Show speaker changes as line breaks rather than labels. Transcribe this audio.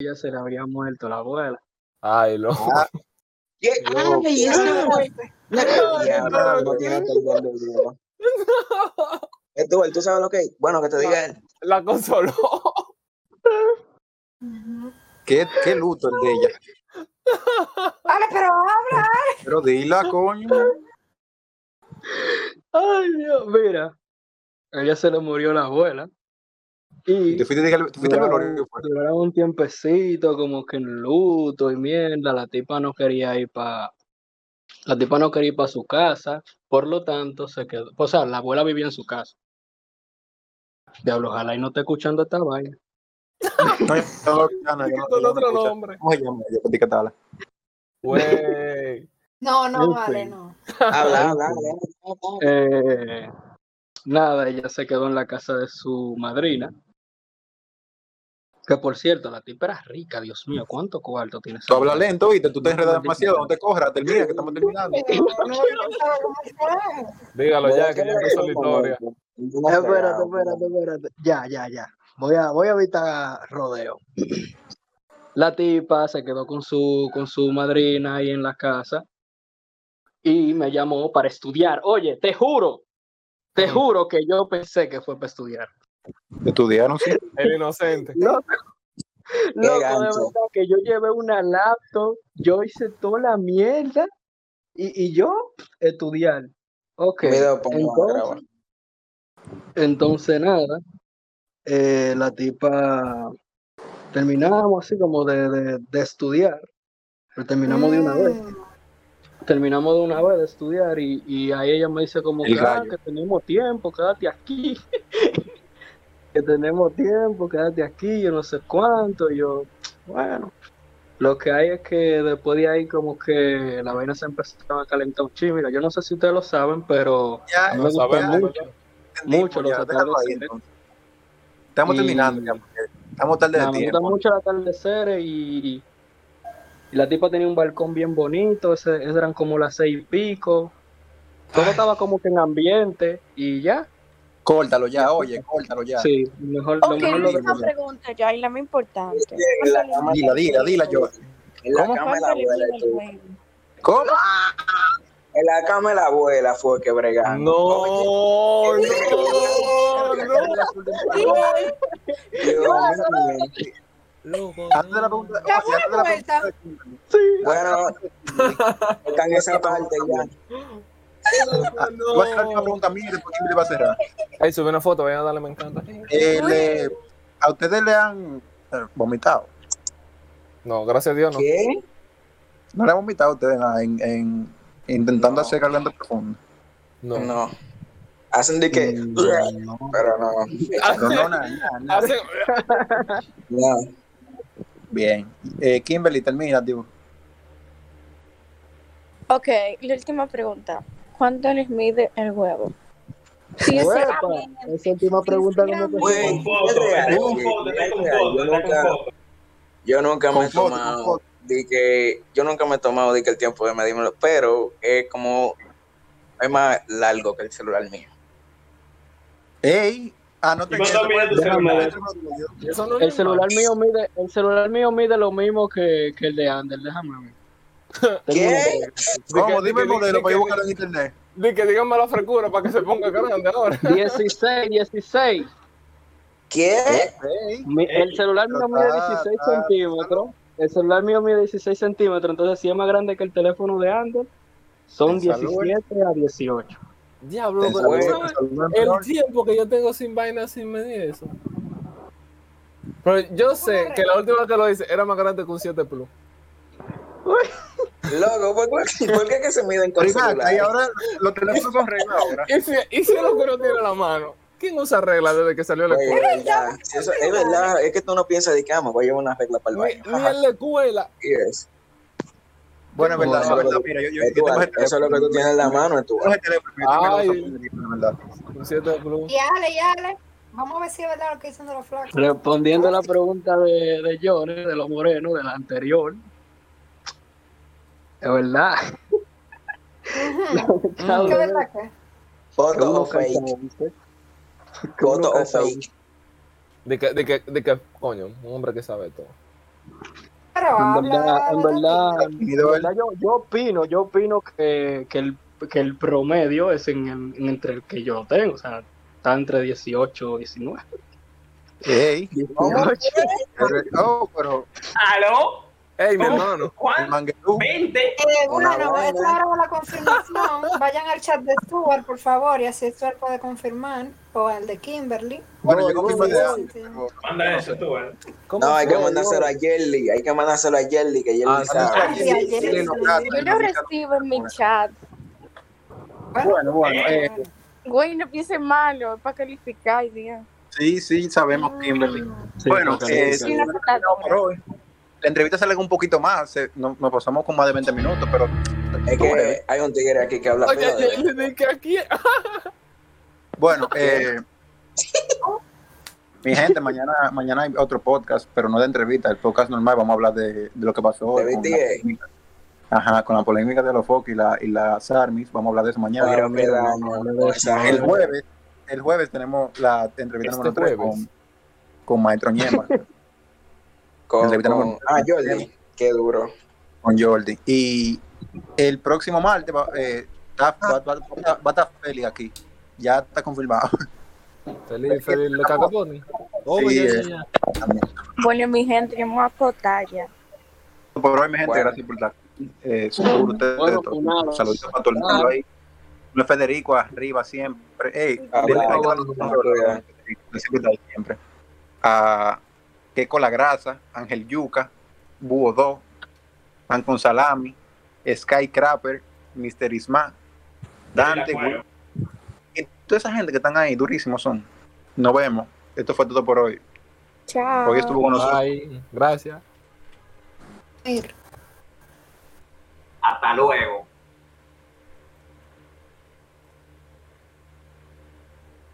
ya se le habría muerto la abuela.
Ay, loco.
Ah, ¿Qué?
Ay, y esa muerte.
Ya, Ah, no, no tiene perdón de Dios. Stuart, ¿tú sabes lo que es? Bueno, que te diga él.
La consoló.
Ujú.
¿Qué, qué luto el de ella.
Ale, pero habla.
Pero dila, coño.
Ay, Dios, mira. A ella se le murió la abuela.
Y
Y
te fuiste, al- te fuiste al velorio. pues. fue.
duraron un tiempecito como que en luto y mierda. La tipa no quería ir para... La tipa no quería ir para su casa. Por lo tanto, se quedó... O sea, la abuela vivía en su casa. Diablo, ojalá y no esté escuchando esta vaina.
No, yo no, yo no, yo no, yo
el
no
otro
escucho.
nombre.
¿Cómo se llama? Yo pensé que estaba la-
Güey.
No, no,
Lupe.
vale, no.
Habla, habla, habla. habla.
Eh, nada, ella se quedó en la casa de su madrina. Que por cierto, la tipa era rica, Dios mío, ¿cuánto cuarto tiene esa
Tú hablas
mujer?
lento, viste, tú te enredas demasiado, no te corras, termina, que estamos terminando.
Pero no, no sabe cómo está.
Dígalo ya, que ya
Bueno,
empezó la historia.
Ninguna
Espérate,
cagada,
espérate, espérate. Ya, ya, ya. Voy a, voy a evitar rodeo. La tipa se quedó con su, con su madrina ahí en la casa y me llamó para estudiar. Oye, te juro, te juro que yo pensé que fue para estudiar.
Estudiaron, sí.
El inocente.
Loco, Loco, de
gancho.
verdad que yo llevé una laptop, yo hice toda la mierda y, y yo estudiar. Ok.
Cuidado, pongo a grabar.
Entonces, entonces nada, eh, la tipa terminamos así como de, de- de estudiar, pero terminamos de una vez
Mm.
terminamos de una vez de estudiar y, y ahí ella me dice como
El
que, "Ah,
gallo.
que tenemos tiempo, quédate aquí, que tenemos tiempo, quédate aquí, yo no sé cuánto, y yo, bueno, lo que hay es que después de ahí como que la vaina se empezó a calentar un chin, mira, yo no sé si ustedes lo saben, pero
Ya,
me
No
gusta
sabemos.
mucho.
¿verdad?
entendimos,
mucho
pues, ya,
los
déjalo ahí,
atardeceres.
entonces. Estamos
Y-
terminando ya, porque estamos tarde de
Nada, me gusta
tiempo.
mucho el atardecer y, y la tipa tenía un balcón bien bonito, ese, ese eran como las seis y pico. Todo estaba como que en ambiente y ya.
Córtalo ya, oye, córtalo ya.
Sí, mejor, lo
Ok,
mejor lo
de-
una pregunta, ya, y la más importante.
En la cama,
Dila, dila, dila, yo.
en la
¿Cómo?
cama de
¿Cuál
la abuela.
elimina el
tú.
juego?
¿Cómo?
En la cama de la abuela fue que bregaron. Oye,
No, no, no.
Dios mío.
Antes de la pregunta,
Ya,
oye, antes de la
vuelta.
pregunta-
Bueno, está en esa parte ya.
Tú vas Ah, a hacer una pregunta a mí y después Kimberly va a cerrar.
Ahí sube una foto, vayan a darle, me encanta.
Eh, le- a ustedes le han eh, vomitado.
No, gracias a Dios, no.
¿Qué?
No le han vomitado a ustedes nada en, en- intentando
No.
hacer garganta profunda.
No.
No. Hacen de que. Pero no.
Pero Mm, no, nada, nada, nada.
Hace-
No.
Bien. Eh, Kimberly, termina, tío.
Ok, la última pregunta. ¿Cuánto les mide el huevo? "Ah, Sí, sí,
Uepa,
amén.
Esa última pregunta no me
Güey,
Güey, es real, güey, es real. Yo nunca- Yo nunca me
Con
he
foto, con
tomado
foto.
de que yo nunca me he tomado de que el tiempo de medírmelo, pero es como es más largo que el celular mío.
Ey, ah, anoten
Y vos también, tu celular.
Eso no es
El
normal.
celular mío mide, el celular mío mide lo mismo que, que el de Ander, déjame ver. Tengo
¿Qué?
una-
¿Cómo?
Di que-
Dime el
di que-
modelo
di
para yo
que-
buscarlo en internet.
Di que díganme la frescura para que se ponga grande ahora.
16, 16.
¿Qué?
Ey,
Mi- el celular mío
pero
mide
está-
16
está-
centímetros. El celular mío mide 16 centímetros, entonces si es más grande que el teléfono de Ander, son
Pensalo, güey.
17 a 18.
Diablo,
te
pero
güey.
tú
saludo,
sabes
te saludo en
el
flor.
tiempo que yo tengo sin vaina, sin medir eso. Pero yo sé que la última vez que lo hice era más grande que un 7 Plus.
Loco, ¿por, por- por qué que se miden con
Ricardo,
celular?
y ahora los teléfonos son reglas ahora.
¿Y si, y si lo que no tiene la mano? ¿Quién usa reglas desde que salió la
Oye,
escuela?
es verdad, si eso- es verdad, es que tú no piensas de que vamos, voy a llevar una regla para el
Ni,
baño.
ni en la escuela.
Yes.
Bueno, es verdad,
Bueno,
es verdad. Mira, yo, yo, yo tengo este
Eduardo,
el
eso es lo que tú tienes en la mano, tú.
tengo el teléfono, yo tengo
Ay.
el teléfono, la verdad.
Un 7 Plus.
Y Ale, y Ale. Vamos a ver si es verdad lo que dicen de los flacos.
Respondiendo a la pregunta de, de Johnny, de los morenos, de la anterior, es verdad.
Ujú. ¿Qué
Cabrón.
verdad que?
Foto
Uno
o fake.
cansados,
Foto
uno
o
cansado.
fake.
De que, de, que, de que, coño, un hombre que sabe todo.
Pero
En verdad,
habla.
en
habla
verdad,
también.
en verdad yo, yo opino, yo opino que, que el, que el promedio es en, el- en entre el que yo lo tengo, o sea, está entre 18 y 19.
Ey, pero- oh, pero
¿Aló?
Ey, mi
¿Cómo?
hermano.
el
¿Juan?
manguerú.
20.
Eh,
Una
bueno,
buena.
es la hora de la confirmación. Vayan al chat de Stuart, por favor, y así Stuart puede confirmar. O al de Kimberly.
Bueno, yo
No,
confirmo
no,
de
no.
antes, pero-
Manda eso tú, ¿eh?
¿Cómo
No, hay que
fue?
mandárselo a Jelly, hay que mandárselo a Jelly, que Jelly
Ah, sí.
sabe.
Ay, sí, ayer
Sí,
es-
no, claro.
Yo lo recibo en mi chat.
Bueno, bueno, eh,
Güey, no pienses malo, es para calificar, Dios.
Sí, sí, sabemos, Kimberly.
sí,
bueno,
porque-
eh,
Sí, una
no,
tratadora.
por hoy. La entrevista sale un poquito más, eh, no- nos pasamos con más de 20 minutos, pero
Es que hay un tigre aquí que habla
Oye,
feo de
yo dije que aquí.
bueno, eh, mi gente, mañana mañana hay otro podcast, pero no de entrevista, el podcast normal, vamos a hablar de, de lo que pasó hoy.
De
con la
BTA.
polémica. Ajá, con la polémica de los Fox y, la, y las Armies, vamos a hablar de eso mañana.
Pero me daño, no
El
exagero.
jueves, el jueves tenemos la entrevista
Este
número 3
jueves.
con, con Maestro Ñema,
Con,
El
con-
David
Ah, Jordi, qué duro.
con Jordi. Y el próximo martes va, eh, está- va- va- va- va a estar Félix aquí. Ya está confirmado.
Feliz, feliz, lo cacapones.
Sí,
ya,
eh.
ya.
También.
Bueno, mi gente, yo me voy a acotar ya.
Por hoy, mi gente,
Bueno.
gracias por estar. Eh, seguro ustedes
Bueno,
todos.
pues nada.
Saluditos para todo el mundo ahí. Un Federico arriba siempre. Ey,
Ah,
dile-
bueno,
hay que
bueno,
mandar un saludo a Federico, siempre está ahí, siempre. A Keco La Grasa, Ángel Yuca, Búho 2, Pan con Salami, Sky Crapper, Mr. Isma, Dante,
Mira, Juan.
Will- y toda esa gente que están ahí, durísimos son. Nos vemos. Esto fue todo por hoy.
Chao.
Hoy estuvo con
Ah,
nosotros.
Bye. Gracias.
Ir.
Hasta luego.